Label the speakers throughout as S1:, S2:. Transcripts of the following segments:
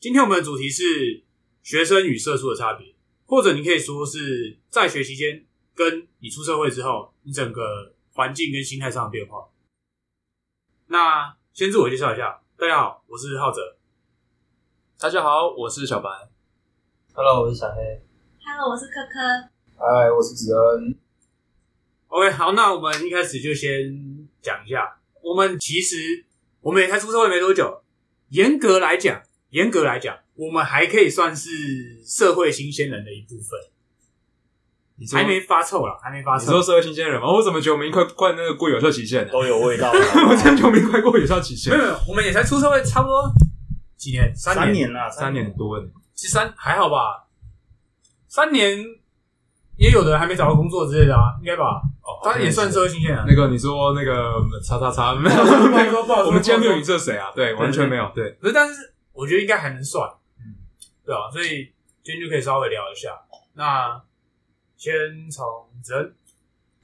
S1: 今天我们的主题是学生与社畜的差别，或者你可以说是在学期间跟你出社会之后，你整个环境跟心态上的变化。那先自我介绍一下，大家好，我是浩哲。
S2: 大家好，我是小白。
S3: Hello，我是小黑。
S4: Hello，我是科科。
S3: 嗨，我是子恩。
S1: OK，好，那我们一开始就先讲一下，我们其实我们也才出社会没多久，严格来讲，严格来讲，我们还可以算是社会新鲜人的一部分，
S2: 你
S1: 还没发臭啦，还没发
S2: 你说
S1: 臭。
S2: 社会新鲜人吗？哦我怎么觉得我们快快那个过有效期限呢？啊
S3: 都有味道。
S1: 啊
S2: 我真的觉得我们快过有效期
S1: 没
S2: 限
S1: 有，，没有，我们也才出社会差不多几年，三年，
S3: 三年啦，
S2: 三年多呢。
S1: 其实三还好吧，三年也有的还没找到工作之类的啊，应该吧？
S2: 哦
S1: 当然也算社会新鲜人。啊
S2: 那个你说那个叉叉 叉，没有
S1: 不好意思不好意思不好意思
S2: 我们今天没有影射谁啊？对，完全没有。对，
S1: 可是，但是我觉得应该还能算，嗯，对啊，所以今天就可以稍微聊一下。那先从子恩，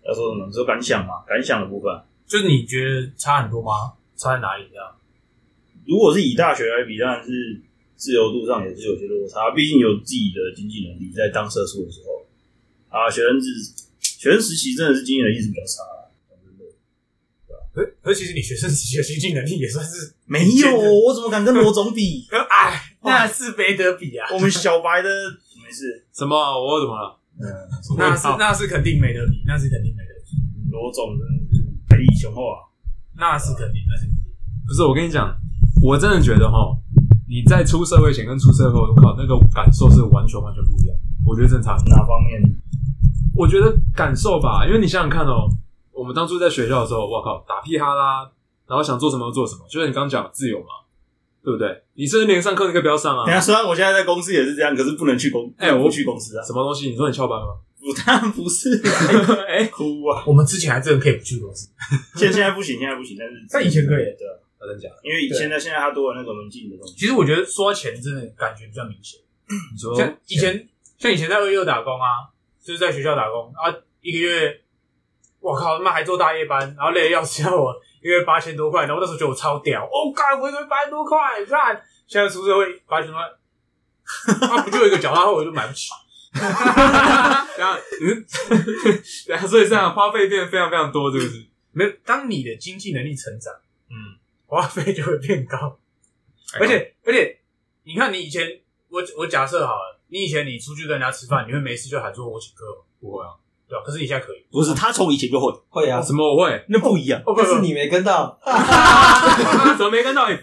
S3: 要说什么？说感想嘛，感想的部分。
S1: 就是你觉得差很多吗？差在哪里？这样？
S3: 如果是以大学来比，当然是自由度上也是有些落差。毕竟有自己的经济能力，在当社畜的时候，啊，学生制学生时期真的是经济能力是比较差啊。真的
S1: 可可是其实你学生时期的经济能力也算是，？
S3: 没有，我怎么敢跟罗总比
S1: 哎，那是没得比啊，
S3: 我们小白的没事，
S2: 什么？啊我怎么了？
S3: 嗯，
S1: 那是那是肯定没得比，那是肯定没得比，
S3: 罗总真的是财力雄厚啊。
S1: 那是肯定，那是肯定。
S2: 不是，我跟你讲，我真的觉得哈，你在出社会前跟出社会后，靠那个感受是完全完全不一样。我觉得正常。
S3: 哪方面？
S2: 我觉得感受吧，因为你想想看哦，我们当初在学校的时候，我靠，打屁哈啦，然后想做什么就做什么，就是你刚刚讲的自由嘛，对不对？你甚至连上课你可以不要上啊
S3: 等一，下，虽然我现在在公司也是这样，可是不能去公，
S2: 哎我
S3: 不去公司啊。
S2: 什么东西？你说你翘班吗？
S3: 不，当然不是啊，哎、哭啊！
S1: 我们之前还真的可以不去公司，
S3: 现现在不行，现在不行，但是
S1: 但以前可以
S3: 对啊，
S2: 啊真的假的？
S3: 因为
S1: 对
S3: 现在现在它多了那个门禁的东西，
S1: 其实我觉得说钱真的感觉比较明显，
S2: 你说
S1: 像以前像以前在二六打工啊，就是在学校打工啊，一个月，我靠他妈还做大夜班，然后累得要死，要我一个月八千多块，然后那时候觉得我超屌，哦干，我一个月八千多块，干，现在出社会八千多块，那不就一个脚踏车我就买不起，
S2: 等下，嗯，等下，所以这样花费变得非常非常多，是不是？
S1: 没有，当你的经济能力成长，
S2: 嗯，
S1: 花费就会变高。而且而且，你看你以前，我我假设好了，你以前你出去跟人家吃饭，你会没事就喊说我请客吗，
S2: 不会啊，
S1: 对吧、可是你现在可以，
S3: 不是他从以前就会，
S5: 会啊，
S2: 什么我会？
S3: 那不一样。
S1: 哦不
S5: 但是
S1: 不，
S5: 你没跟到，
S2: 怎么没跟到？哎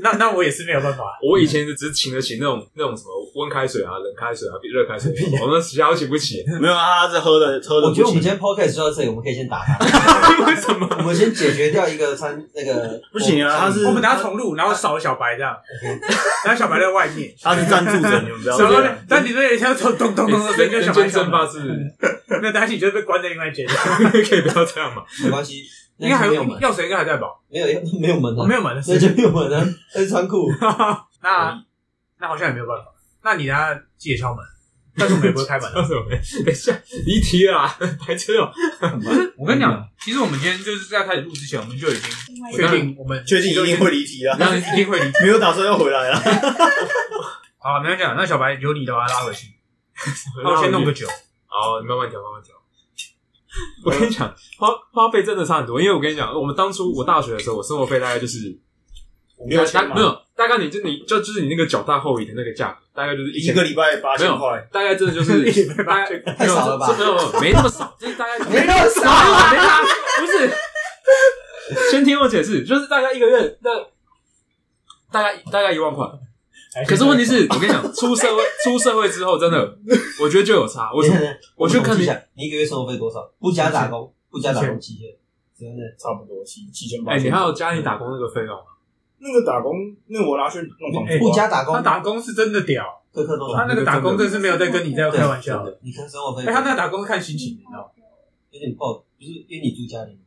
S1: 那那我也是没有办法。
S2: 我以前只请得起那种那种什么温开水啊、冷开水啊、热开水，我们其他都请不起，
S3: 没有啊，他是喝的喝的
S5: 我
S3: 不
S5: 觉得我们今。
S3: 行
S5: 天 podcast 就到这里，我们可以先打它。
S2: 为什么？
S5: 我们先解决掉一个餐 那个
S3: 不行啊，他是
S1: 我们拿重录，然后扫小白这样，
S2: 嗯
S1: 然后小白在外面，
S3: 他是赞助者，你 们不要
S1: 然后
S3: 这
S1: 呢
S3: 样。
S1: 但你这一下咚咚咚咚的声音，
S2: 人
S1: 就
S2: 人
S1: 小白
S2: 间
S1: 小
S2: 蒸发
S1: 白，
S2: 是
S1: 那担心你就被关在另外一间，
S2: 可以不要这样嘛？
S5: 没关系，
S1: 应该还
S5: 那
S1: 有
S5: 就没有门，啊
S1: 药水应该还在吧？
S5: 没有没有门
S2: 嗯
S1: 我
S5: 啊，
S1: 没有买的
S5: 那就没有门啊，那是穿 裤。
S1: 那那好像也没有办法。那你等下记得敲门，但是我们也不会开门啊的
S2: 为。什么？等一下，离题了啊，白痴哦！
S1: 我跟你讲，其实我们今天就是在开始录之前，我们就已经
S4: 因为
S1: 确定我们
S3: 确定一定会 离题啊，
S1: 那一定会离题。
S3: 没有打算要回来啊。
S1: 好，没关系啊，那小白由你的把他拉回 去，那我
S2: 我
S1: 先弄个，酒。
S2: 好，你慢慢调，慢慢调。 我跟你讲，花花费真的差很多，因为我跟你讲，我们当初我大学的时候，我生活费大概就是
S3: 没有钱
S2: 大没
S3: 嘛，
S2: 有，大概你就你就就是你那个脚踏后移的那个价格，大概就是
S3: 一
S2: 千
S3: 个礼拜八
S2: 没
S3: 千
S2: 有
S3: 块，，
S2: 大概真的就是
S1: 一个礼拜
S2: 大概
S5: 太少了吧
S2: 没有没有没有没那么少，就是大概
S5: 没那么少啊
S2: 没啦不是。先听我解释，就是大概一个月那大概大概一万块，可是问题是我跟你讲，出社会出社会之后，真的我觉得就有差。我
S5: 等一下等一下
S2: 我去看
S5: 统计
S2: 你
S5: 一下，你一个月生活费多少？不加打工，不加打工七千，真的
S3: 差不多七七千八
S2: 哎，
S3: 千。
S2: 你还有加你打工那个费用，
S3: 那个打工，那个我拿去弄房
S1: 哎
S3: 子。
S5: 不加打工
S1: 他，打工是真的屌，
S5: 克克多
S1: 他
S5: 少？
S1: 那个打工真是没有在跟你在
S5: 对
S1: 开玩笑
S5: 哦真
S1: 的。
S5: 的。你看生活费
S1: 哎，，他那个打工是看心情，你知道吗？
S5: 有点爆，不是因为你住家里吗，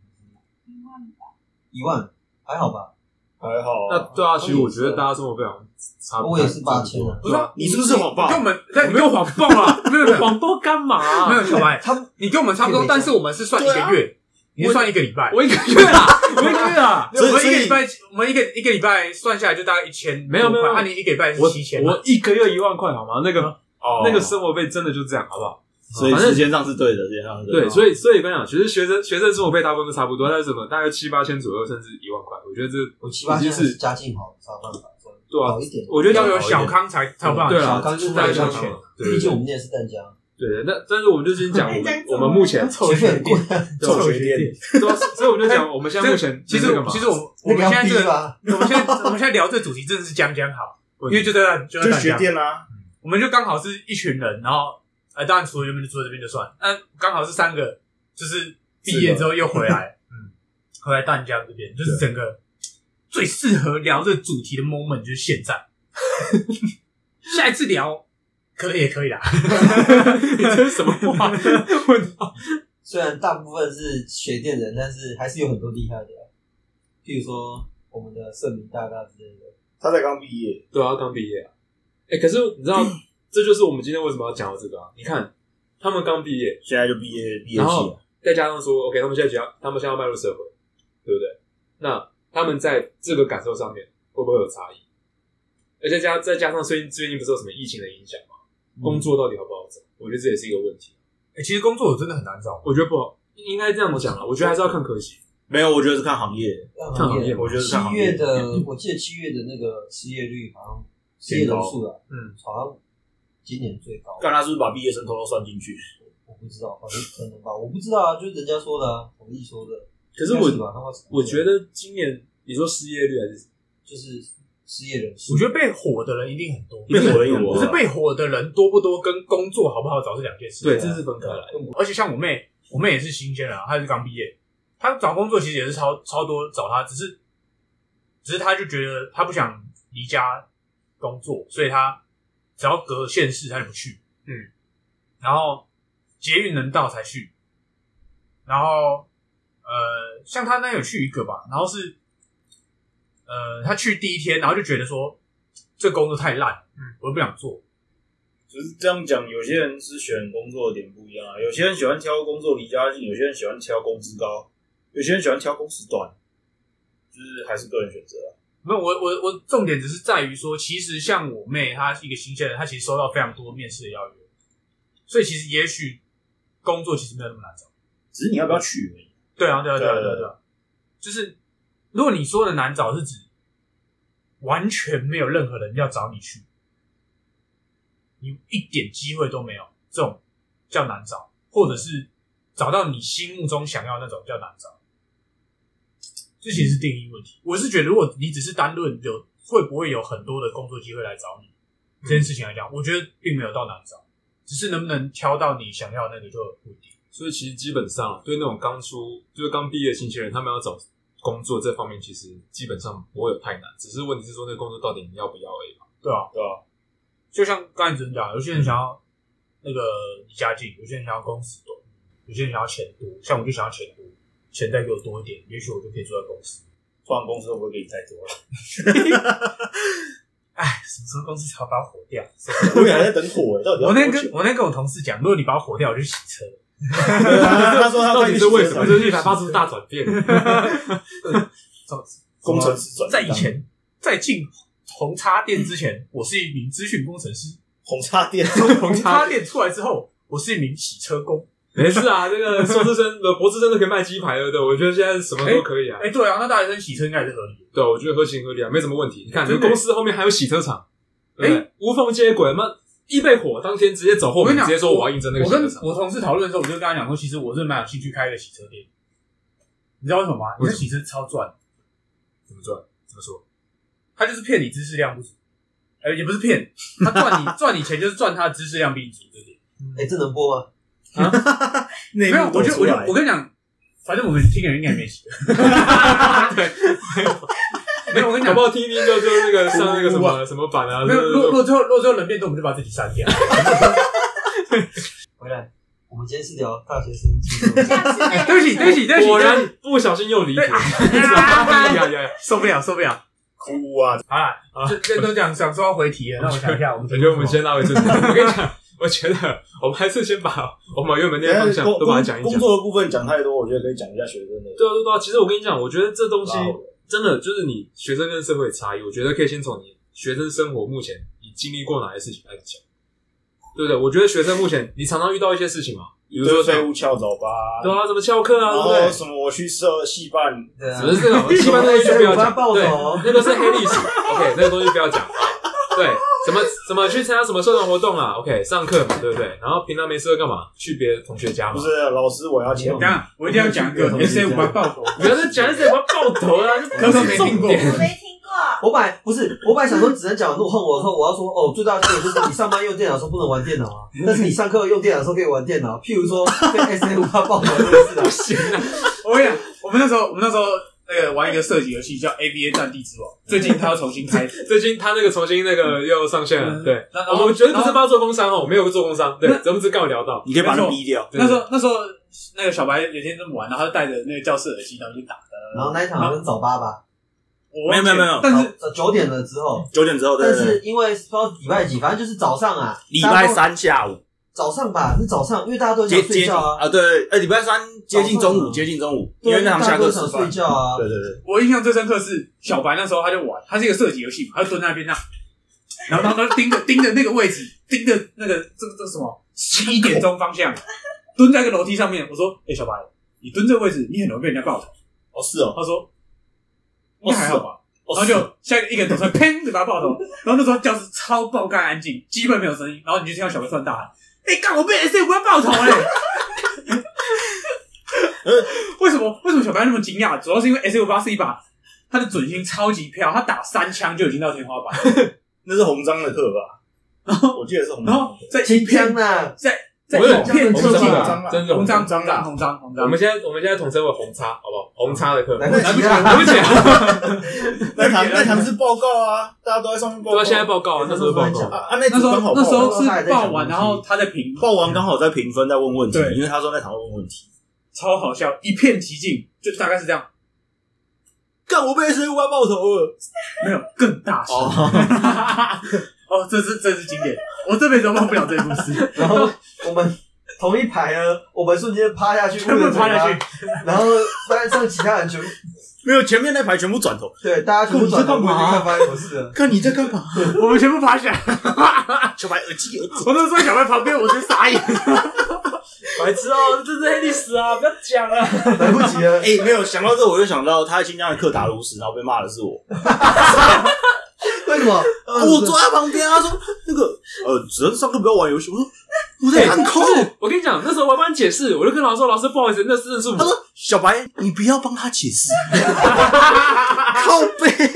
S4: 一万吧，
S5: 一万还好吧？
S3: 还好
S2: 那
S3: 啊，
S2: 对啊，其实我
S5: 我也是
S2: 觉得大家生活费好像差不多。
S5: 我也是八千啊。
S1: 不是啊，
S3: 你是不是谎报
S1: 你跟我们，但
S2: 我
S1: 你
S2: 没
S1: 跟
S2: 有
S1: 我
S2: 谎报啊，
S1: 没有没有
S2: 谎报干嘛啊？
S1: 没有小白，
S5: 他们
S1: 你跟我们差不多，但是我们是算一
S3: 对
S1: 个
S3: 啊
S1: 月，你是算一个礼拜，
S2: 我一个月啊，我一个月啊，
S1: 我们
S3: 所
S1: 一
S3: 以
S1: 个礼拜，我们一个一个礼拜算下来就大概一千，
S2: 没有没有没有
S1: 那你一个礼拜是
S2: 我
S1: 七千，啊
S2: 我一个月一万块好吗？那个
S1: 哦
S2: 那个生活费真的就这样，好不好？
S3: 所以
S2: 反正
S3: 时间上是对的，时间上是
S2: 对，
S3: 的。
S2: 所以所以我跟你讲，其实学生学生生活费大部分都差不多，但是什么大概七八千左右，甚至一万块，我觉得这
S5: 我七八
S2: 已经
S5: 千
S2: 是
S5: 是家境好，才有办法赚
S2: 对啊
S5: 好一点。
S2: 我觉得
S1: 要
S2: 这
S1: 有
S2: 样好一点
S1: 小康才才有办法
S2: 对
S5: 小
S2: 啊，
S5: 康
S2: 出
S5: 出
S2: 来
S5: 来小
S2: 小康
S5: 康，
S2: 对
S5: 毕
S2: 对
S5: 竟
S2: 对
S5: 我们念的是淡江，
S2: 对，那但是我们就先讲我
S4: 这样
S2: 们
S4: 子
S2: 我们目前
S4: 吗
S5: 学费很贵，
S1: 凑学
S3: 店
S1: 店。
S2: 对啊，所以我们就讲我们现在目前
S1: 其实
S2: 那个嘛
S1: 其实我我
S5: 那个
S1: 们
S5: 要
S1: 现在
S5: 逼
S1: 这个，
S5: 吧？
S1: 我们现在我们现在聊这主题真的是将将好，因为就在那就在
S3: 就
S1: 大
S3: 学
S1: 家，
S3: 店啊啦，
S1: 我们就刚好是一群人，然后呃，当然除了原本就住在这边就算，但刚好是三个，就是毕业之后又回来，嗯，回来淡江这边，就是整个最适合聊这主题的 moment 就是现在， 下一次聊可能也可以啦，
S2: 你这是什 么话？
S5: 虽然大部分是学电人，但是还是有很多厉害的啊，譬如说我们的盛明大大之类的。
S3: 他才刚毕业，
S2: 对啊，刚毕业啊。哎、可是你知道， 这就是我们今天为什么要讲到这个啊？你看，他们刚毕业，
S3: 现在就毕业毕业季
S2: 然后
S3: 了，
S2: 再加上说，OK，他们现在只要他们现在要迈入社会，对不对？那他们在这个感受上面会不会有差异？而且加再加上最近最近不是有什么疫情的影响吗？工作到底好不好找？我觉得这也是一个问题。啊
S1: 欸其实工作我真的很难找，
S2: 我觉得不好，应该这样讲啊。我觉得还是要看科系。
S3: 没有，我觉得是看行业，
S2: 看
S5: 让
S2: 行
S5: 行
S2: 业
S5: 业，
S2: 我
S3: 觉得是看
S5: 七
S3: 行业
S5: 月的，
S2: 嗯
S5: 我记得七月的那个失业率好像失业
S3: 偏
S5: 人
S3: 高
S5: 数啊，
S2: 嗯，
S5: 好像今年最高，
S3: 看他是不是把毕业生偷偷算进 去。
S5: 我不知道，反正可能吧，我不知道啊，就是人家说的啊，统计说的。
S2: 可是
S5: 应该
S2: 我
S5: 吧他们
S2: 我觉得今年你说失业率还是
S5: 就是失业人数，
S1: 我觉得被火的人一定很多，
S3: 被火人有
S1: 可
S3: 多啊
S1: 是被火的人多不多跟工作好不好找是两件事，
S2: 对，这啊是分开来。
S1: 而且像我妹，我妹也是新鲜人、啊，她是刚毕业，她找工作其实也是超超多找她，只是只是她就觉得她不想离家工作，所以她只要隔县市她就不去，嗯，然后捷运能到才去，然后呃，像她那有去一个吧，然后是呃，她去第一天，然后就觉得说这工作太烂，嗯，我不想做，
S3: 只是这样讲，有些人是选工作的点不一样啊，有些人喜欢挑工作离家近，有些人喜欢挑工资高，有些人喜欢挑工时短，就是还是个人选择啊。
S1: 没有，我我我重点只是在于说，其实像我妹，她是一个新鲜人，她其实收到非常多面试的邀约，所以其实也许工作其实没有那么难找。
S3: 只是你要不要去而已。
S1: 对啊，对啊，对啊，
S3: 对
S1: 对啊，对啊，就是如果你说的难找，是指完全没有任何人要找你去，你一点机会都没有，这种叫难找，或者是找到你心目中想要的那种叫难找。这其实是定义问题。我是觉得，如果你只是单论有会不会有很多的工作机会来找你这件事情来讲，我觉得并没有到难找，只是能不能挑到你想要的那个就不一定。
S2: 所以其实基本上对那种刚出就是刚毕业的新鲜人，他们要找工作这方面，其实基本上不会有太难，只是问题是说那个工作到底你要不要而已嘛。
S1: 对啊，
S3: 对啊，
S1: 就像刚才主持人讲，有些人想要那个离家近，有些人想要工时短，有些人想要钱多，像我就想要钱多，钱再给我多一点，也许我就可以住在公司。
S3: 不然公司会不会给你太多了？啊
S1: 哎，什么时候公司才要把我火 掉？
S3: 我也还在等火欸，到底要
S1: 我那
S3: 多久
S1: 跟我那跟我同事讲，如果你把我火掉，我就洗车。
S3: 他说他
S2: 到
S3: 快
S2: 底
S3: 去
S2: 是
S3: 洗车
S2: 为什么？
S3: 场
S2: 这是一百八十度大转 变。
S1: 总之
S3: 工程师转
S1: 在以前，在进红叉店之前，我是一名资讯工程师；
S3: 红叉 店，
S1: 红叉店出来之后，我是一名洗车工。
S2: 没事啊，这个硕士生、博士生都可以卖鸡排了，对，我觉得现在什么都可以啊。
S1: 哎、对啊，那大学生洗车应该也是合理的。
S2: 对，我觉得合情合理啊，没什么问题。你看，你
S1: 真
S2: 们
S1: 的
S2: 公司后面还有洗车场，
S1: 哎
S2: 哎，无缝接轨，那一被火当天直接走后
S1: 我跟
S2: 门，
S1: 你
S2: 直
S1: 讲，
S2: 接说我要应征那个
S1: 我
S2: 洗车
S1: 跟
S2: 场。
S1: 我同事讨论的时候，我就跟他讲说，其实我是蛮有兴趣开一个洗车店。你知道为什么吗？你
S2: 为
S1: 的
S2: 什
S1: 洗
S2: 么
S1: 车超赚，
S2: 怎么赚？怎么说？
S1: 他就是骗你知识量不足，呃，也不是骗，他赚你赚你钱就是赚他的知识量比你足这点。
S5: 哎、这能播吗？
S3: 内
S1: 没有，我
S3: 抖
S1: 就
S3: 出
S1: 我就
S3: 来
S1: 我跟你讲，反正我们听的人应该没洗。 对，没有，我跟你
S2: 搞
S1: 讲
S2: 不，好听一听就就那个上那个什么什么版啊，
S1: 没有，
S2: 就是
S1: 若若之后若之后人变多，我们就把自己删 掉。
S5: 回来，我们今天是聊大学 生青春
S4: 下次
S1: 哎 对不起，对不起，对不起，
S2: 果
S1: 对不
S2: 然不啊小心又离题了。
S1: 起
S2: 呀呀呀！
S1: 受不了，受不了。
S3: 哭啊！
S1: 好啦，这这都讲想说要回题了，那我想一下，我们
S2: 我觉得我们先拉回正题。我跟你讲，我觉得我们还是先把 我们原本那些方
S3: 但是
S2: 向
S3: 工
S2: 都把它讲
S3: 哎工
S2: 一讲。
S3: 工作的部分讲太多，我觉得可以讲一下学生的。
S2: 对啊，对啊，其实我跟你讲，我觉得这东西
S3: 拉回来
S2: 真的就是你学生跟社会的差异，我觉得可以先从你学生生活目前你经历过哪些事情来讲，对不对？我觉得学生目前你常常遇到一些事情嘛，比如
S3: 就
S2: 说
S3: 是
S2: 像
S3: 废物翘走吧，
S2: 对啊，怎么翘课啊，
S3: 然
S2: 对不
S3: 后
S2: 对？
S3: 什么我去社戏办，
S5: 对啊
S2: 只，是这种一般东西就不要
S5: 我把他
S2: 讲，
S5: 抱
S2: 对
S5: 走，
S2: 那个是黑历史。OK，那个东西不要讲。对，怎么怎么去参加什么社团活动啊？OK，上课嘛，对不对？然后平常没事会干嘛？去别的同学家
S3: 不
S2: 嘛。
S3: 是老师我要钱
S1: 等一，下我一定要讲一个 S A 五八爆头，
S2: 不要再讲这些，我要爆头了、啊，这
S1: 可可没听过，
S4: 我没听过，
S5: 我本来不是，我本来想说只能讲怒恨我，说我要说哦，最大的缺点就是你上班用电脑的时候不能玩电脑 啊，但是你上课用电脑的时候可以玩电脑，譬如说被 S M 八爆头这件事啊，
S2: 行啊。
S1: 我跟你讲，我们那时候我们那时候那个玩一个射击游戏叫 A B A 战地之王，
S3: 嗯
S1: 最近它要重新开 始。
S2: 最近他那个重新那个又上线了，
S1: 嗯
S2: 对。
S1: 然后
S2: 我们绝对不是
S1: 然后
S2: 帮他做工伤哦，我没有做工伤，对，咱们只是刚好聊到。
S3: 你可以把
S1: 没
S3: 他
S1: 错
S3: 逼掉。
S2: 对
S1: 那时候那时候那个小白有一天这么玩，然后他就带着那个教室耳机，然后就打。
S5: 然后那一场好像早八吧，
S1: 我忘记
S3: 没有没有没有
S1: 但是
S5: 早呃九点了之后，
S3: 九点之后，对
S5: 但
S3: 对对
S5: 是因为不知道礼拜几，反正就是早上啊，
S3: 礼
S5: 大
S3: 拜
S5: 家都
S3: 三下午
S5: 早上吧，是早上，因为大家都想
S3: 接
S5: 睡
S3: 接近
S5: 觉啊，
S3: 啊，对，哎，礼拜三接近中
S5: 早上
S3: 午，
S5: 啊
S3: 接近中午，因
S5: 对啊
S3: 为那堂
S5: 大
S3: 下
S5: 家
S3: 课
S5: 都
S3: 吃
S5: 想睡
S3: 饭。
S5: 觉啊，
S3: 对对对，
S1: 我印象最深刻是小白那时候他就玩，他是一个射击游戏嘛，他就蹲在那边那样，然后他就盯着 盯着那个位置，盯着那个这这什么十一点钟方向，蹲在一个楼梯上面。我说：“哎、小白，你蹲这个位置，你很容易被人家爆头。
S3: 哦是”哦，
S1: 他说：“应
S3: 哦
S1: 该还好吧。
S3: 哦
S1: 然后就下一个一个人走出来， 砰就把他爆头。然后那时候教室超爆干安静，基本没有声音。然后你就听到小白突然大喊：“哎、干！我被 S A 要爆头嘞、
S2: 呃
S1: 为什么？为什么小白那么惊讶？主要是因为 S 五八是一把它的准星超级飘，它打三枪就已经到天花板，
S3: 那是红章的课吧？
S1: 然后
S3: 我记得是红
S1: 然
S3: 章的
S1: 后
S3: 课。
S1: 在一
S5: 新疆
S1: 片
S5: 啊，
S1: 在
S2: 我有
S1: 一片
S2: 红章
S1: 寂静
S2: 啊
S3: 红章啊
S2: 真的
S1: 红章
S3: 红
S1: 红
S3: 章
S1: 章红章红
S2: 我
S1: 章，
S2: 们现在我们现在统称为红叉，好不好？红叉的课，
S5: 来不及啦
S2: 来不及啊，
S3: 那堂那堂是报告啊，大家都在上面报
S2: 对
S3: 告
S2: 啊，
S3: 啊。
S2: 现在报告啊，那时候报告，
S3: 啊啊，那
S1: 那
S3: 组
S1: 时
S3: 刚好
S1: 候
S3: 报
S1: 那时
S3: 完
S1: 候是爆完，然后他在评论，
S3: 报完刚好在评分，在问问题
S1: 对，
S3: 因为他说那堂会问问题。
S1: 超好笑，一片寂静，就大概是这样，
S3: 干，我被谁挖爆头了？
S1: 没有更大声。 哦，这是这是经典，我这辈子都忘不了这一故 事。
S5: 然后我们同一排呢，我们瞬间趴下去，
S1: 全 部趴下去，
S5: 然后班上其他人全部
S3: 没有，前面那排全部转头。
S5: 对大家全部转头过去看发生什么事了。
S3: 看你在干嘛？
S1: 我们全部趴下来。
S3: 小白耳机耳
S1: 我那时候在小白旁边，我直接傻眼。
S2: 白痴哦，这是黑历史啊，不要讲了。
S5: 来不及了，
S3: 哎，没有想到这，我就想到他在新疆的课打炉石，然后被骂的是我。哦
S5: 为什 么？
S3: 我坐在旁边，他说那个呃，只能上课不要玩游戏。我说我在看空。
S2: 我跟你讲，那时候我还帮你解释，我就跟老师说，老师不好意思，那真的是
S3: 他
S2: 我。
S3: 说小白，你不要帮他解释。靠背。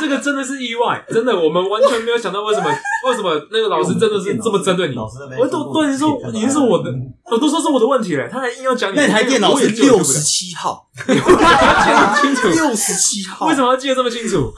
S2: 这个真的是意 外，真的，我们完全没有想到为什么为什么那个老师真的是这么针对你。
S5: 老师那边，
S2: 我都对你说，已经是我的，
S5: 嗯
S2: 我都说是我的问题了，他还硬要讲你。
S3: 那台电脑是
S2: 我也记得
S3: 六
S2: 不
S3: 十
S2: 了，
S3: 七号，
S2: 他记得清楚，
S3: 六十七号。
S2: 为什么要记得这么清楚？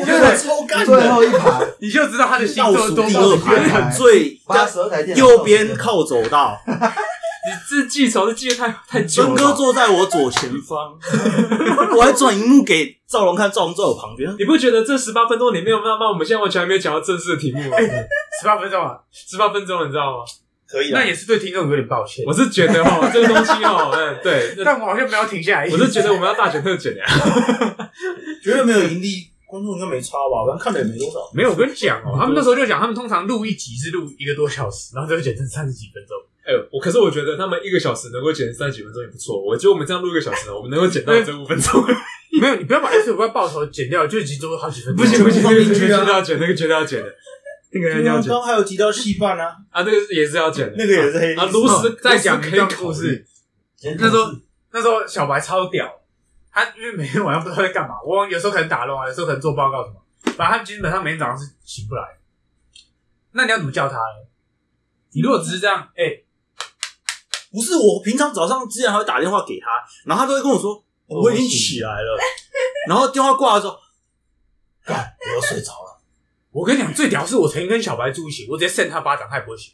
S3: 我觉得超干
S5: 最
S3: 的。
S5: 后一排，
S1: 你就知道他的星
S3: 倒
S1: 座
S3: 数
S1: 多
S3: 第
S1: 么
S3: 二
S1: 的
S5: 排
S1: 偏
S3: 排，最
S5: 八十二台电脑，
S3: 右边靠走道，
S2: 你这记仇是记得太太久了
S3: 真
S2: 吧。
S3: 哥坐在我左前方， 我还转荧幕给赵龙看，赵龙坐我旁边。
S2: 你不觉得这十八分钟里面，那那我们现在完全还没有讲到正式的题目吗？
S1: 十八分钟啊，
S2: 十八分钟，你知道吗？
S3: 可以啊
S1: 那也是对听众有点抱歉。
S2: 我是觉得哈，这个东西哈，嗯，对， 那
S1: 但我好像没有停下来。
S2: 我是觉得我们要大卷特卷呀。
S3: 绝对没有盈利，观众应该没差吧？反正看的也没多少。
S1: 没 有，我跟你讲哦，他们那时候就讲，他们通常录一集是录一个多小时，然后就会剪成三十几分钟。
S2: 哎，我可是我觉得他们一个小时能够剪三十几分钟也不错。我觉得我们这样录一个小时，我们能够剪到这五分钟。
S1: 没有，你不要把 S 五八爆头剪掉，就已经做好几分钟。
S2: 不 行不行，
S3: 全
S2: 那
S3: 部放
S2: 个
S3: 进
S2: 绝
S3: 去
S2: 对
S3: 啊
S2: 要剪，那个绝对要剪的，那个
S3: 刚
S2: 一定要剪
S1: 啊
S3: 刚还有提到戏办啊，
S2: 啊，那个也是要剪的。
S3: 那个也是黑
S2: 啊，卢
S1: 哦
S2: 石再讲
S1: 卢石可
S2: 可以
S1: 以
S2: 考
S1: 考
S2: 虑
S1: 虑。
S5: 那
S1: 那时候那时候小白超屌，他因为每天晚上不知道在干嘛，我忘有时候可能打乱啊，有时候可能做报告什么，反正他基本上每天早上是醒不来的。那你要怎么叫他呢？你如果只是这样，哎、
S3: 不是我平常早上之前还会打电话给他，然后他都会跟我说
S5: 哦
S3: 我已经起来了，然后电话挂了之后，干我要睡着了。
S1: 我跟你讲，最屌是我曾经跟小白住一起，我直接扇他巴掌，他也不会醒。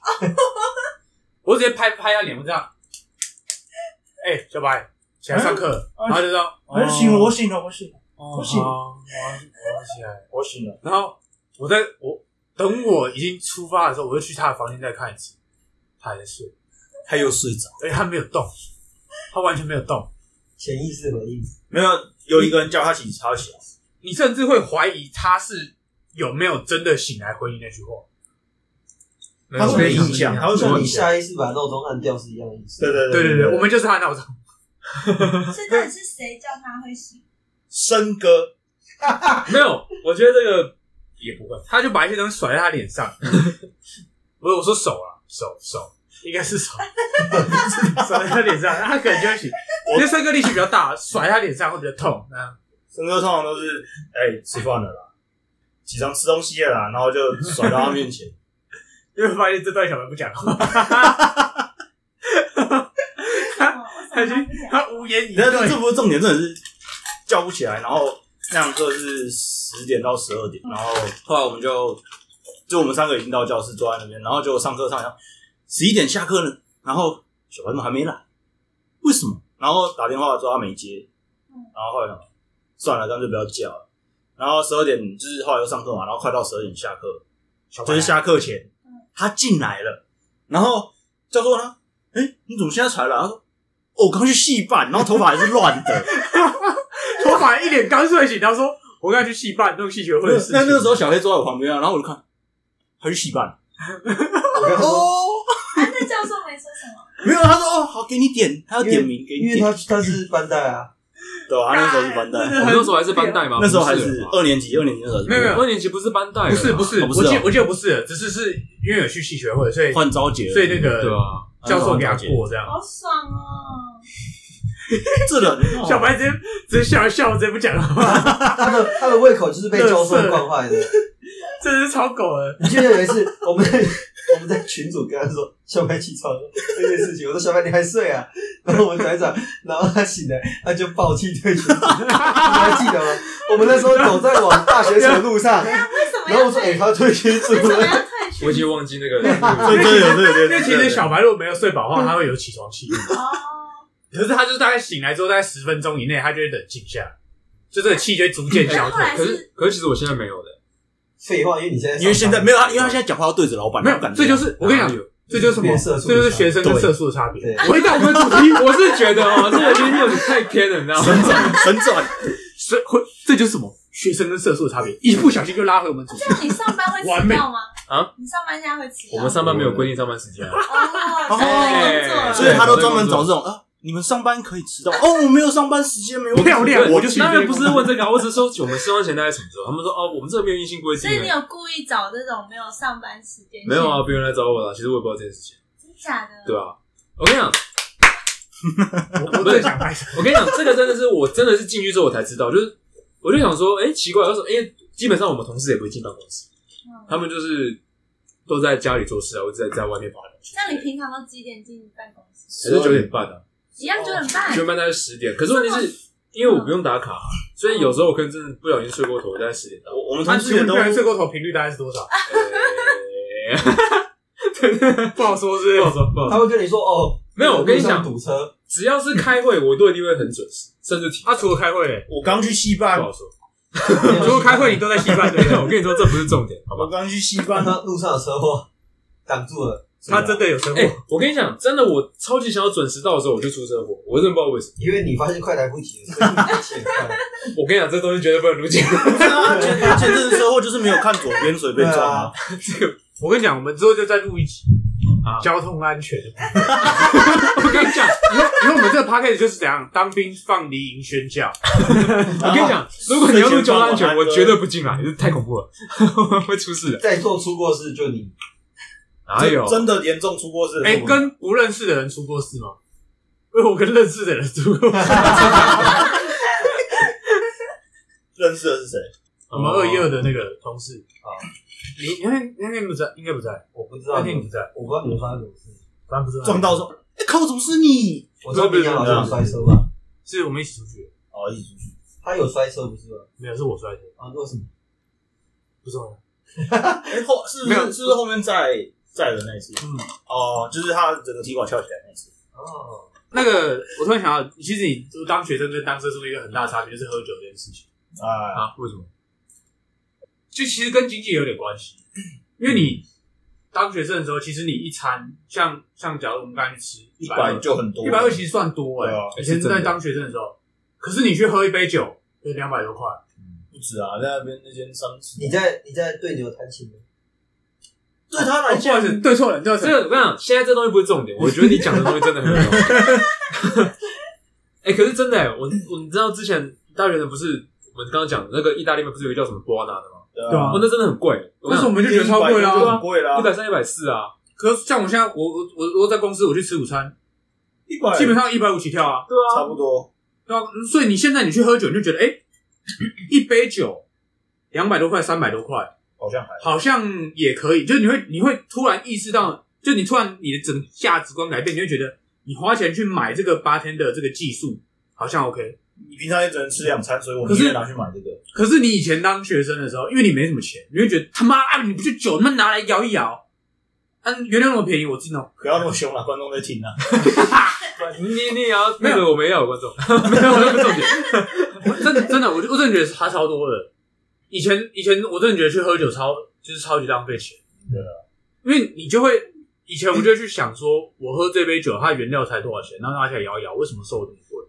S1: 我直接拍拍他脸，我这样，哎、小白起来上课了，
S3: 哎
S1: 然后就说，哦
S3: 哎醒了，我醒了，我醒了，
S1: 我
S3: 醒
S1: 啊我要我要起来。
S3: 我醒了。
S1: 然后我在我等我已经出发的时候，我就去他的房间再看一次，他还在睡，
S3: 他又睡着。
S1: 而且他没有动，他完全没有动。
S5: 潜意识回应。
S3: 没有，有一个人叫他起，他起来。
S1: 你甚至会怀疑他是有没有真的醒来回应那句话。
S3: 他是没印象，他
S5: 就是
S3: 没
S5: 像
S3: 印
S5: 你
S3: 象。
S5: 下意识把闹钟按掉是一样的意思。
S3: 对对
S1: 对对
S3: 对
S1: 对，我们就是他的闹钟。
S4: 所以到底是谁叫他会醒？
S3: 森哥，
S2: 没有，我觉得这个
S1: 也不会，他就把一些东西甩在他脸上。不是我说手啊，手手应该是手，甩 在他脸上，他可能就会醒。因为帅哥力气比较大，甩在他脸上会比较痛。那
S3: 森哥通常都是哎、吃饭了啦，起床吃东西了啦，然后就甩到他面前。
S1: 因为发现这段小白不讲话，他
S4: 为
S1: 已经
S4: 什么？为什么
S1: 他无言以
S3: 那这
S1: 对。
S3: 这不是重点，真的是叫不起来，然后那堂课是十点到十二点，然后后来我们就就我们三个已经到教室坐在那边，然后就上课上一上十一点下课呢，然后小白们还没来，为什么？然后打电话说他没接，然后后来想算了，干脆不要叫了。然后十二点就是后来又上课嘛，然后快到十二点下课，
S1: 小白
S3: 就
S1: 啊
S3: 是下课前
S4: 嗯，
S3: 他进来了，然后教授呢，哎、你怎么现在才来？他说，哦，我刚去戏办，然后头发还是乱 的。
S1: 头发一脸刚睡醒，然后说：“我刚才去戏办弄戏学会
S3: 那
S1: 的事情。”
S3: 那那个时候，小黑坐在我旁边啊，然后我就看，他去戏办，
S5: 我跟他说，
S3: 哦，
S4: 啊那教授没说什么，
S3: 没有，他说哦，好，给你点，他要点名给
S5: 因
S3: 你
S5: 为
S3: 点，
S5: 他他是班带啊，
S3: 对吧？他那时候是班
S1: 真的
S2: 我
S3: 带，
S2: 们那时候还是班带嘛，
S3: 那时候还
S2: 不是
S3: 是二年级，二年级那时候
S1: 没有没有
S2: 二年级不是班带了啦，
S1: 不是不是，
S3: 哦不是
S1: 我记
S3: 哦
S1: 我记得不是，只是是因为有去戏学会，所以
S3: 换招姐，
S1: 所以那
S2: 对
S1: 个
S2: 啊，
S1: 教授给他过这样。
S4: 好爽哦！
S3: 这人
S1: 小白直接直接 笑一笑，直接不讲话，
S5: 他的他的胃口就是被教授惯坏的。
S1: 真的是超狗的。
S5: 你记得有一次，我们在我们在群组跟他说小白起床了这件事情，我说小白你还睡啊？然后我们转一转，然后他醒来，他就暴气退群组，你还记得吗？我们那时候走在往大学城的路上，
S4: 那为什么
S5: 然后
S4: 要
S5: 我说：“哎、
S4: 退？
S5: 他退群组
S4: 为什么
S5: 了。
S4: 要退学？
S2: 我已经忘记那个
S1: 啊
S2: 那
S3: 哦这
S2: 个。
S3: 真的有这个，
S1: 因为其实小白如果没有睡饱的话，他会有起床气。
S4: 哦，
S1: 可是他就是大概醒来之后，大概十分钟以内，他就会冷静下来，就这个气就会逐渐消退。
S4: 哎
S2: 可是可是其实我现在没有的，”
S5: 废话，因为你现在
S3: 因为现在没有他，因为他现在讲话要对着老板，
S1: 没啊有
S3: 老板，
S1: 这就是我跟你讲，这就是什么？
S5: 变色素
S1: 这就是学生跟色素的差别
S5: 对。
S1: 回到我们主 题，
S2: 我是觉得哦，这个已经有点太偏了，你知道
S3: 神
S2: 吗？
S3: 转神转，
S1: 是回这就是什么？学生跟色素的差别，一不小心就拉回我们主题
S4: 哦这。样你上班会
S1: 完
S4: 迟
S1: 美
S4: 到吗？
S2: 啊，
S4: 你上班现在会迟到？
S2: 我们上班没有规定上班时间啊，
S4: 哦，现
S2: 哎
S4: 在工作了
S3: 所以他都专门找这种啊，你们上班可以迟到哦，我没有上班时间，没有
S1: 漂亮我就去
S2: 当然不是问这个啊，我只是说我们上班前大概什么时候？他们说哦，我们这个没有硬性规定
S4: 所以你
S2: 欸，
S4: 有故意找这种没有上班时间？
S2: 没有？啊，别人来找我了，其实我也不知道这件事情，
S4: 真假的？
S2: 对啊，我跟你讲，
S1: 我我最想拍 手。
S2: 我跟你讲，这个真的是我真的是进去之后我才知道，就是我就想说，哎、奇怪，为什么？因为基本上我们同事也不会进办公室，
S4: 嗯，
S2: 他们就是都在家里做事啊，或者在在外面跑来跑去。
S4: 那你平常都几点进办公
S1: 哦
S4: 室？
S2: 只是九点半啊，
S4: 一样九点半
S2: 九。点半大概十点。可是问题是，因为我不用打卡啊、所以有时候我可能真的不小心睡过头，我大概十点到。
S3: 我我们
S1: 他
S3: 同
S1: 之前
S3: 事
S1: 不
S3: 都
S1: 小心睡过头频率大概是多少？
S2: 哎
S1: 不好说，是
S2: 不好说，不好
S5: 他
S2: 说。
S5: 会跟你说：“哦，
S2: 没有我跟你讲
S5: 路上堵车。
S2: 只要是开会，我都一定会很准时，甚至提。
S1: 他除了开会嘞，
S3: 我刚去戏办
S2: 不，好说。
S5: 没有”
S1: 除了开会你都在戏班对不对
S2: 我跟你说，这不是重点，好 吧
S3: 我？刚去戏
S5: 让
S3: 办，
S5: 他路上有车祸挡住了，
S1: 他真的有生
S2: 哎、
S1: 活，
S2: 我跟你讲，真的，我超级想要准时到的时候，我就出车祸，我真的不知道为什么。
S5: 因为你发现快来不及了，所以你很欠快。
S2: 我跟你讲，这东西绝对不能如今。
S3: 而且而且这次车祸就是没有看左边，所以被撞啊。
S1: 我跟你讲，我们之后就再录一集
S2: 啊
S1: 交通安全。
S2: 我跟你讲，
S1: 以后以后我们这个 p a c k a g e 就是怎样，当兵放离营宣教，啊
S2: 我跟你 讲，如果你要录交通安全，我绝对不进来，这太恐怖了， 会出事的。哎
S5: 在座出过事就你，
S2: 哪有？
S3: 真的严重出过事的
S1: 哎、
S3: 时候？
S1: 跟不认识的人出过事吗？因为我跟认识的人出 过事，
S3: 认识的是谁？
S1: 我
S2: 哦
S1: 们二一二的那个同事
S5: 哦
S1: 你那天那天不在，应该不在，
S5: 我不知道
S1: 那天你
S5: 你们
S1: 不在，
S5: 我不知道你们发生什么事。
S1: 反正不是
S3: 撞到说，哎、靠，怎么是你？
S5: 我知道冰洋好像有摔车吧？
S1: 是我们一起出去的，
S3: 哦，一起出去。
S5: 他有摔车不是吗？
S1: 没有是我摔的，
S5: 啊，为什么？
S1: 不是我。
S3: 哎、后是不
S1: 没有
S3: 是是不是后面载载的那一次？
S1: 嗯，
S3: 哦，就是他整个踢馆翘起来那一次。
S5: 哦，
S1: 那个我突然想到，其实你当学生跟当社畜一个很大的差别就是喝酒这件事情，
S3: 哎、
S2: 啊？为什么？
S1: 就其实跟经济有点关系。因为你当学生的时候，其实你一餐像像假如我们刚才去吃一
S3: 一
S1: 百
S3: 百
S1: 二，
S3: 就很多，
S1: 一百二其实算多哎、
S3: 对啊
S1: 以前
S2: 是真的
S1: 在当学生的时候，可是你去喝一杯酒就两百多块，
S3: 不止啊，在那边那间商吃，
S5: 你在你在对牛弹琴吗？
S3: 对他来
S1: 哦不好意思，对错了，对
S2: 这个我跟你讲，现在这东西不是 重点，我觉得你讲的东西真的很有用。哎、可是真的、欸，我我你知道之前大学的不是我们刚刚讲的那个意大利面不是有一个叫什么波纳的吗？
S1: 对啊
S2: 哦，那真的很贵，
S1: 那时候我们就觉得超贵
S3: 了，
S1: 啦。
S3: 很贵啦
S2: 一，百三、一百四啊。
S1: 可是像我现在，我我我我在公司我去吃午餐，
S3: 一百
S1: 基本上一百五起跳啊，
S2: 对
S3: 差
S2: 啊，
S3: 不多，
S1: 对啊。嗯所以你现在你去喝酒，你就觉得哎、诶一杯酒两百多块、三百多块，
S3: 好像还
S1: 好像也可以，就是你会你会突然意识到，就你突然你的整个价值观改变，你会觉得你花钱去买这个 bartender 这个技术好像 OK。
S3: 你平常也只能吃两餐，所以我
S1: 可
S3: 们
S1: 是
S3: 宁愿拿去买这个。
S1: 可是你以前当学生的时候，因为你没什么钱，你会觉得他妈啊，你不去酒，他妈拿来摇一摇，啊，原料那么便宜，我自己弄。
S3: 不要那么凶啦，观众在听啊。
S2: 你你也要
S1: 没有
S2: 那个我没有观众，没有那个重点。
S1: 我真的真的，我就我真的觉得差超多的。以前以前我真的觉得去喝酒超就是超级浪费钱，
S3: 对
S1: 啊，因为你就会以前我就会去想说，我喝这杯酒它的原料才多少钱，然后拿起来摇一摇，为什么收这么贵？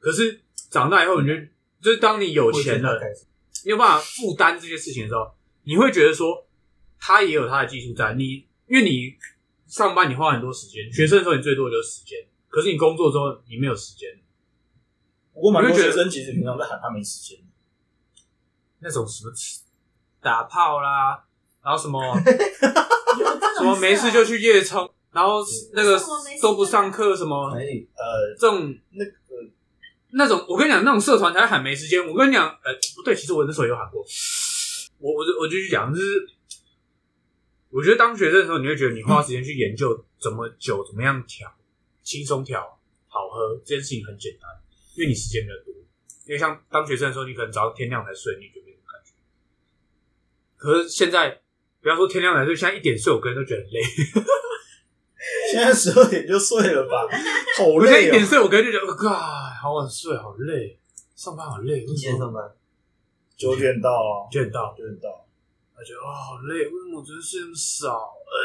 S1: 可是长大以后，你就就是当你有钱了，你有办法负担这些事情的时候，你会觉得说，他也有他的技术在。你因为你上班你花很多时间，学生的时候你最多的就是时间，可是你工作之后你没有时间，
S3: 不过蛮多
S1: 我就觉
S3: 学
S1: 得
S3: 生其实平常在喊他没时间，
S1: 那种什么打炮啦，然后什么什
S4: 什
S1: 么没事就去夜冲，然后那个
S4: 为啊什么没事
S1: 都不上课什么
S5: 男女
S3: 呃，
S1: 这种
S3: 那个
S1: 那种，我跟你讲，那种社团才会喊没时间。我跟你讲，呃，不对，其实我那时候有喊过，我我就我就去讲，就是我觉得当学生的时候，你会觉得你花时间去研究怎么酒怎么样调，轻松调好喝这件事情很简单，因为你时间比较多。因为像当学生的时候，你可能早上天亮才睡，你就没什么感觉。可是现在，不要说天亮才睡，现在一点睡，我个人都觉得很累。
S3: 现在十二点就睡 了吧，好
S1: 我现在
S3: 累
S1: 一
S3: 哦
S1: 点。睡，我个人就觉得，哇、好晚睡，好累，上班好累，为
S5: 你几
S1: 什
S5: 点
S1: 么
S5: 上班？
S3: 九点到啊，
S1: 九点到？
S3: 九点到。
S1: 他觉得哦好累，为什么我昨天睡那么少？哎、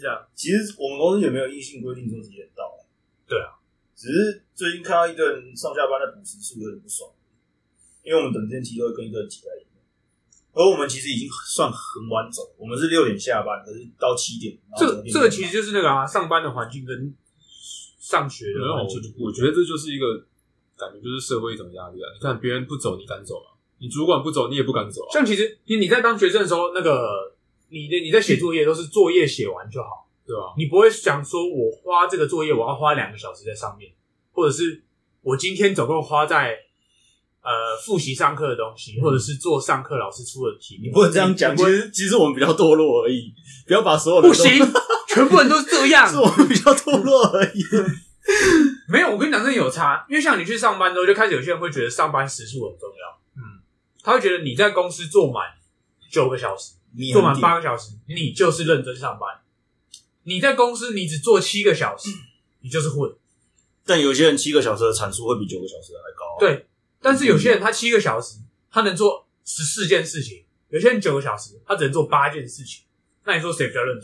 S1: 这样
S3: 其实我们公司也没有硬性规定说几点到。
S1: 对啊，
S3: 只是最近看到一个人上下班在补时数，有点不爽，因为我们等电梯都会跟一个人挤在里面。而我们其实已经算很晚走，我们是六点下班，可是到七点。然后
S1: 这
S3: 整天
S1: 这个其实就是那个啊，上班的环境跟上学
S2: 没
S1: 的
S2: 有，
S1: 环
S2: 我
S1: 境。
S2: 我觉得这就是一个感觉，就是社会一种压力啊。你看别人不走，你敢走吗？你主管不走，你也不敢走啊。
S1: 像其实你你在当学生的时候，那个你的你在写作业都是作业写完就好，
S2: 对啊，
S1: 你不会想说我花这个作业我要花两个小时在上面，或者是我今天总共花在呃复习上课的东西，或者是做上课老师出的题目。
S3: 你不能这样
S1: 哎
S3: 讲，
S1: 你
S3: 其
S1: 不会
S3: 实其实我们比较堕落而已，不要把所有的
S1: 不行，啊全部人都是这 样。
S3: 是我们比较堕落而已。
S1: 没有，我跟你讲，真的有差，因为像你去上班之后，就开始有些人会觉得上班时数很重要。嗯，他会觉得你在公司做满九个小时，
S3: 你
S1: 做满八个小时，你就是认真上班；你在公司你只做七个小时，你就是混。
S3: 但有些人七个小时的产出会比九个小时的还高、啊
S1: 对但是有些人他七个小时，他能做十四件事情；有些人九个小时，他只能做八件事情。那你说谁比较认真？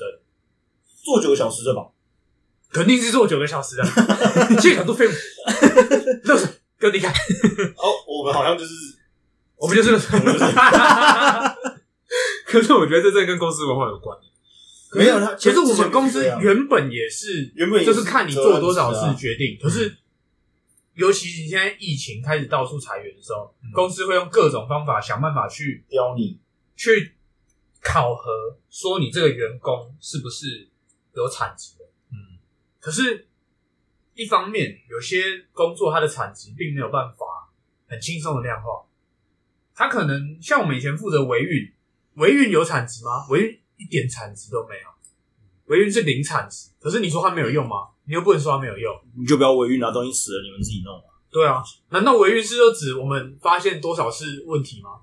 S3: 做九个小时的吧，
S1: 肯定是做九个小时的，啊七个小时都废物， 乐死，给我离开，
S3: 哦，我们好像就是
S1: 我们就是 乐死。
S2: 可是我觉得这真的跟公司文化有关。
S3: 没有他，
S1: 其实我们公司
S3: 之前不是这样
S1: 原本也是，
S3: 原本也
S1: 就是是看你做多少
S3: 责任制啊
S1: 事决定。可是，尤其是你现在疫情开始到处裁员的时候，
S3: 嗯
S1: 公司会用各种方法想办法去
S3: 刁你，
S1: 去考核，说你这个员工是不是有产值的。嗯，可是，一方面有些工作它的产值并没有办法很轻松的量化，它可能像我们以前负责维运，维运有产值吗？维运一点产值都没有，维运是零产值。可是你说它没有用吗？你又不能说它没有用。
S3: 你就不要违运拿东西死了，你们自己弄啊。
S1: 对啊，难道维运是就指我们发现多少是问题吗？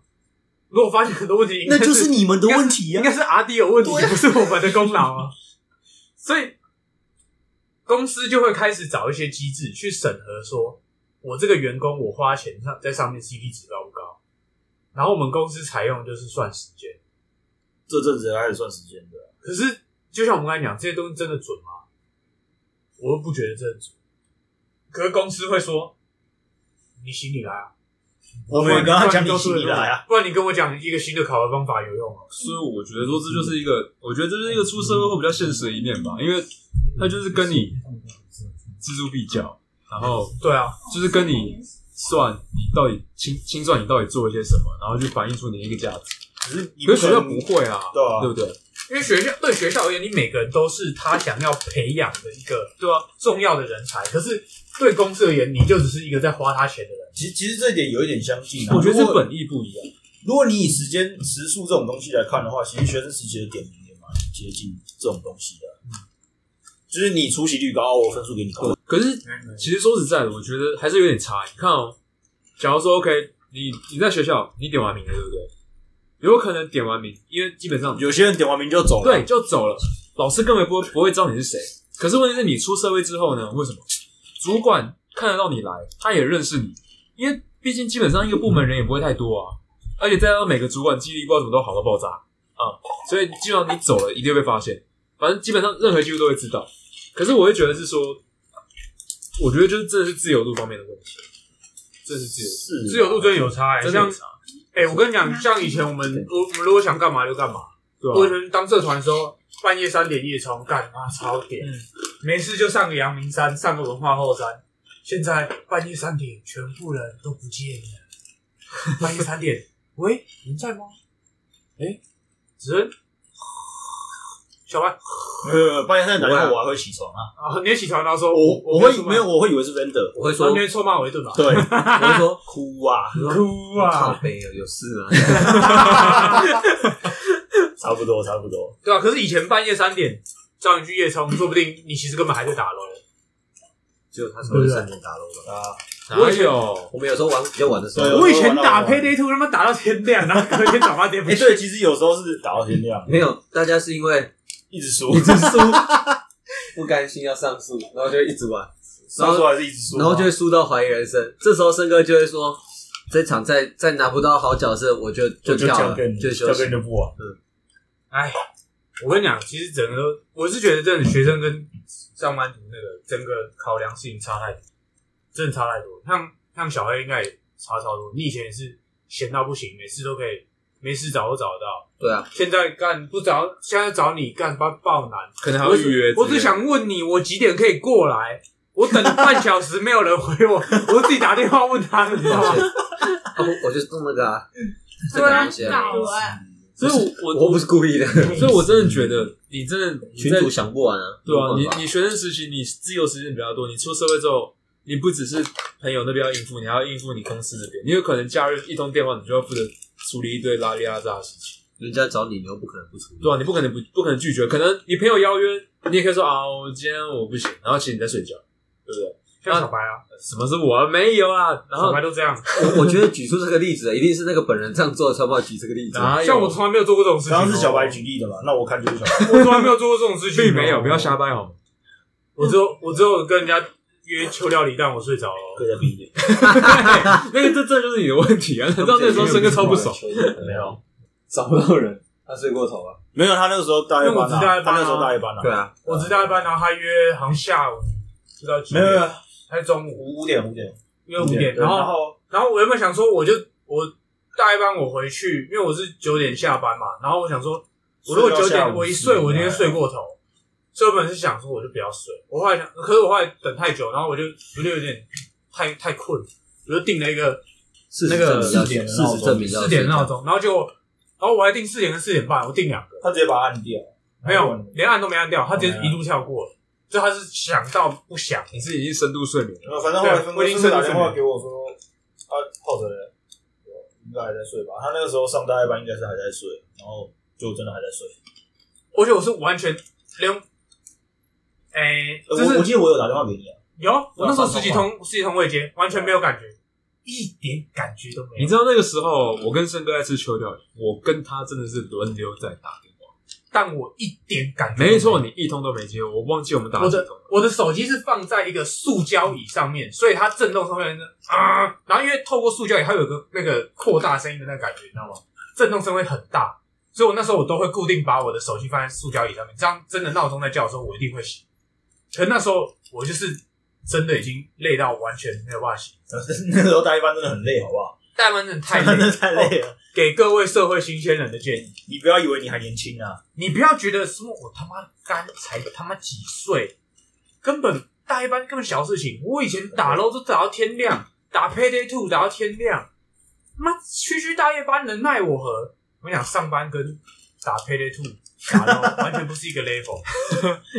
S1: 如果发现很多问题，应该
S3: 你们的
S1: 问
S3: 题
S1: 应该是阿迪有问题，不是我们的功劳啊。所以公司就会开始找一些机制去审核说，我这个员工我花钱上在上面 CP 值高不高？然后我们公司采用就是算时间，
S3: 这阵子还得算时间的。
S1: 可是就像我们刚才讲，这些东西真的准吗？我又不觉得真的准。可是公司会说，你行你来啊，
S3: 我
S1: 不然
S3: 们刚刚
S1: 不
S3: 讲
S1: 然
S3: 你
S1: 告诉
S3: 行你来啊，
S1: 不然你跟我讲一个新的考核方法有用吗？
S2: 所以我觉得说这就是一个，我觉得这就是一个出社会会比较现实的一面吧，因为他就是跟你锱铢必较，然后
S1: 对啊，
S2: 就是跟你算你到底清清算你到底做了些什么，然后就反映出你的一个价值。
S3: 可是你
S2: 可
S3: 不
S2: 是学
S3: 可
S2: 校
S3: 能
S2: 不会啊，
S3: 对啊
S2: 对不对？
S1: 因为学校对学校而言，你每个人都是他想要培养的一个
S2: 对啊，
S1: 重要的人才。可是对公司而言，你就只是一个在花他钱的人。
S3: 其实其实这一点有一点相近啊。
S2: 我觉得
S3: 如
S2: 是
S3: 果
S2: 本意不一样。
S3: 如果你以时间时数这种东西来看的话，其实学生时期的点名也蛮接近这种东西的。啊就是你出席率高，我分数给你高。
S2: 可是其实说实在的，我觉得还是有点差。你看哦，假如说 OK，你你在学校你点完名了，对不对？有可能点完名，因为基本上
S3: 有些人点完名就走了，
S2: 对，就走了，老师根本不会不会知道你是谁。可是问题是你出社会之后呢？为什么主管看得到你来，他也认识你？因为毕竟基本上一个部门人也不会太多啊，而且再加上每个主管记忆力不知道怎么都好到爆炸啊、所以基本上你走了一定会被发现。反正基本上任何记录都会知道。可是我会觉得是说，我觉得就是真的是自由度方面的问题，这是自由度，
S3: 是
S1: 自由度真的有差、欸，
S2: 真的有
S1: 像
S2: 差，
S1: 哎、我跟你讲，像以前我们我我们如果想干嘛就干嘛。我以
S2: 对啊吧、
S1: 前当社团的时候，半夜三点夜冲，干妈超点，
S2: 嗯
S1: 没事就上个阳明山，上个文化后山。现在半夜三点，全部人都不见了。半夜三点，喂，你们在吗？哎、子恩，小白
S3: 呃，半夜三点打电话我还会起床啊。
S1: 啊，你也起床然后说，
S3: 我
S1: 我
S3: 我
S1: 没有
S3: 会
S1: 出门
S3: 没有，我会以为是 vendor。
S5: 我会
S1: 然
S5: 说
S1: 后你，会臭骂我一顿吧？
S3: 对，
S5: 我会说，
S3: 哭啊，
S1: 哭
S5: 靠
S1: 啊，
S5: 北有有事吗？
S3: 差不多差不多。
S1: 对啊，可是以前半夜三点叫你去夜冲，说不定你其实根本还在打喽。
S5: 就他说是三点打楼了。
S3: 啊，
S2: 我有，
S5: 我们有时候玩比较晚的时候，
S3: 对
S1: 我以前打 Payday Two 他妈打到天亮，然后隔天早八点不
S3: 哎，
S1: 去。
S3: 对，其实有时候是打到天亮，
S5: 没有，大家是因为
S3: 一直输，
S5: 一直输， 不甘心要上诉，然后就一直玩，然
S3: 上
S5: 后
S3: 诉还是一直输啊，
S5: 然后就会输到怀疑人生。这时候森哥就会说：“这场再再拿不到好角色，我就
S3: 就
S5: 跳
S3: 交
S5: 了
S3: 给，你，
S5: 就休
S3: 交给
S5: 息
S3: 你。就啊不玩。
S1: 哎，我跟你讲，其实整个都，我是觉得真的学生跟上班族那个整个考量事情差太多，真的差太多。像像小黑应该也差超多，你以前也是闲到不行，每次都可以没事找都找得到，”
S5: 对啊，
S1: 现在干不找，现在找你干爆爆难。
S2: 可能还
S1: 我
S2: 会
S1: 只
S2: 预约之类的。
S1: 我只想问你，我几点可以过来？我等了半小时没有人回我，我自己打电话问他，你知道 吗？
S5: 啊不，我就弄那个啊，
S1: 对啊
S5: 这个东西啊
S4: 搞啊！
S2: 所以我，我
S5: 我不是故意的，
S2: 所以，我真的觉得你真的你
S5: 群
S2: 在
S5: 主想不完啊，
S2: 对啊，
S5: 没办法
S2: 你你学生时期你自由时间比较多，你出社会之后，你不只是朋友那边要应付，你还要应付你公司这边，你有可能假日一通电话，你就要负责处理一堆拉里拉杂的事情。
S5: 人家找你，你又不可能不出。
S2: 对啊，你不可能不不可能拒绝，可能你朋友邀约，你也可以说啊，我今天我不行，然后其实你在睡觉，对不对？
S1: 像小白啊，
S2: 什么是我啊没有啊？然
S1: 小
S2: 后
S1: 白都这样。
S5: 我我觉得举出这个例子，一定是那个本人这样做才把我举这个例子。
S2: 哪有啊
S1: 像我从来没有做过这种事情哦。
S3: 刚刚是小白举例的嘛，那我看就是小白。
S1: 我从来没有做过这种事情，哦
S5: 哦
S2: 并没有，不要。瞎掰好哦吗？
S1: 我只有我只有跟人家约秋料理，但我睡着了。
S3: 在比一点，
S2: 那个这这就是你的问题啊！你知道那时候生哥超不爽，
S3: 没有，
S5: 找不到人，他睡过头了。
S3: 没有，他那个时候大一
S1: 因为我
S3: 班
S1: 只大一班
S3: 啊，
S1: 啊
S3: 他那时候大一班啊
S5: 对，啊，
S1: 我只大一班，然后他约好像下午，不知道几
S3: 没
S1: 点
S3: 有没有，
S1: 还是中午
S3: 五五点五点，
S1: 约五点，
S3: 对
S1: 然
S3: 然
S1: 后
S3: 后
S1: 然后我原本想说，我就我大一班我回去，因为我是九点下班嘛，然后我想说，我如果九
S3: 睡到下
S1: 点
S3: 午
S1: 我一睡，
S3: 10
S1: 我今天睡过头。所以我本来是想说，我就不要睡。我后来想，可是我后来等太久，然后我就我就有点太太困，我就定了一个
S5: 事
S1: 那
S5: 实
S1: 个
S5: 证明要
S3: 四点的
S5: 事实证明要
S1: 四点
S5: 睡
S1: 闹钟，然后结果，然后我还定四点跟四点半，我定两个，
S3: 他直接把他按掉，
S1: 没
S3: 哦
S1: 有，连按都没按掉，他直接一路跳过了，就他是想到不想，
S2: 你是已经深度睡眠了。
S3: 然后反正后来
S1: 对
S3: 分
S1: 我已经
S3: 公司打
S1: 睡
S3: 电
S1: 着
S3: 话
S1: 了
S3: 给我说，啊，泡着嘞，应该还在睡吧？他那个时候上大一班应该是还在睡，然后就真的还在睡。
S1: 而且我是完全连，哎、
S3: 呃
S1: 就
S3: 我我
S1: 是
S3: 记得我有打电话给你啊，
S1: 有我那时候
S3: 我
S1: 十几通十几通未接，完全没有感觉，一点感觉都没
S2: 你
S1: 有。
S2: 知道那个时候，我跟森哥在吃秋料理，我跟他真的是轮流在打电话。
S1: 但我一点感觉都
S2: 没错，
S1: 有，
S2: 你一通都没接，我忘记我们打
S1: 我
S2: 了几
S1: 的
S2: 通了。
S1: 我的手机是放在一个塑胶椅上面，所以它震动上面是啊，然后因为透过塑胶椅，它有个那个扩大声音的那个感觉，你知道吗？震动声会很大，所以我那时候我都会固定把我的手机放在塑胶椅上面，这样真的闹钟在叫的时候，我一定会醒。可那时候我就是真的已经累到完全没有办法醒，
S3: 那时候大一班真的很累，好不好？
S1: 大班真的太
S3: 大一班
S1: 累
S3: 真
S1: 了，
S3: 的太累了，
S1: 哦给各位社会新鲜人的建议，
S3: 你不要以为你还年轻啊！
S1: 你不要觉得说我他妈刚才他妈几岁，根本大一班根本小事情。我以前打 LO 都打到天亮，打 Payday Two 打到天亮，妈区区大夜班能奈我何？我跟你讲，上班跟打 Payday Two 打 LO 完全不是一个 level。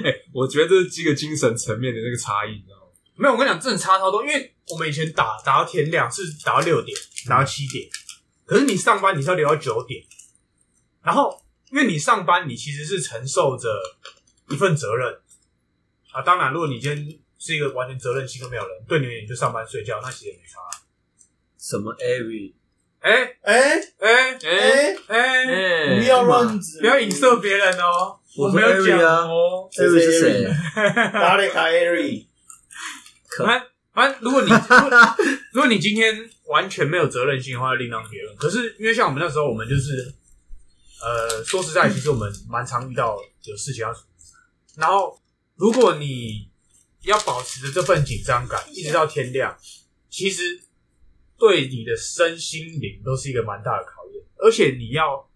S2: 哎、我觉得这是一个精神层面的那个差异，你知道吗？
S1: 没有，我跟你讲，真的差超多。因为我们以前打打到天亮是打到六点，打到七点，可是你上班你是要留到九点，然后因为你上班你其实是承受着一份责任啊。当然，如果你今天是一个完全责任心都没有人，对你而言你就上班睡觉，那其实也没差。啊
S2: 什么 every？
S1: 哎
S3: 哎
S1: 哎
S2: 哎
S1: 哎，
S2: 哎，
S3: 不要乱指，
S1: 不要影射别人哦，
S5: 我
S1: 我
S5: 说
S1: 没有
S5: Avery 啊
S1: 讲哦。
S3: Avery 是谁
S5: 谁？
S3: 打雷卡艾瑞，
S1: 反反啊正如果你如果如果你今天完全没有责任心的话，另当别论。可是因为像我们那时候，我们就是呃，说实在，其实我们蛮常遇到有事情要处理。然后如果你要保持着这份紧张感，一直到天亮，其实对你的身心灵都是一个蛮大的考验。而且你要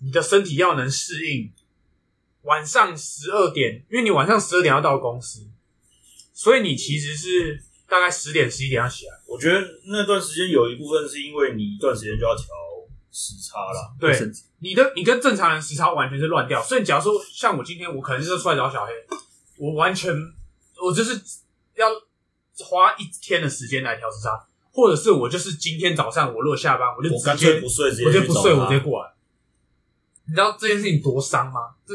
S1: 你的身体要能适应晚上十二点，因为你晚上十二点要到公司，所以你其实是大概十点十一点要起来。
S3: 我觉得那段时间有一部分是因为你一段时间就要调时差啦。
S1: 对，你的你跟正常人时差完全是乱掉。所以，假如说像我今天，我可能就是出来找小黑，我完全我就是要花一天的时间来调时差，或者是我就是今天早上我如果下班，我就
S3: 我
S1: 直
S3: 干
S1: 接
S3: 脆不睡，直接
S1: 我就
S3: 去
S1: 不
S3: 找
S1: 睡，
S3: 他
S1: 我直接过来。 你知道这件事情多伤吗？这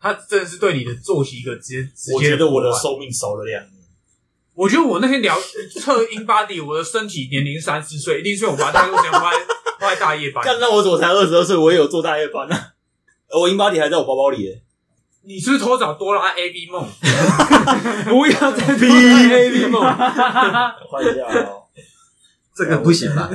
S1: 他真的是对你的作息一个直接直接
S3: 我觉得我的
S1: 破坏
S3: 寿命少了两年。
S1: 我觉得我那天聊呃测 in body，我的身体年龄三十岁，一定是我把大多时间花在花在大夜班。
S3: 干，那我怎么才二十二岁？我也有做大夜班 啊！我英巴里还在我包包里耶，
S1: 你是不是偷找多拉 A B 梦？
S2: 不要 再 P A B 梦。
S3: 换一下哦。
S5: 这个不行吧？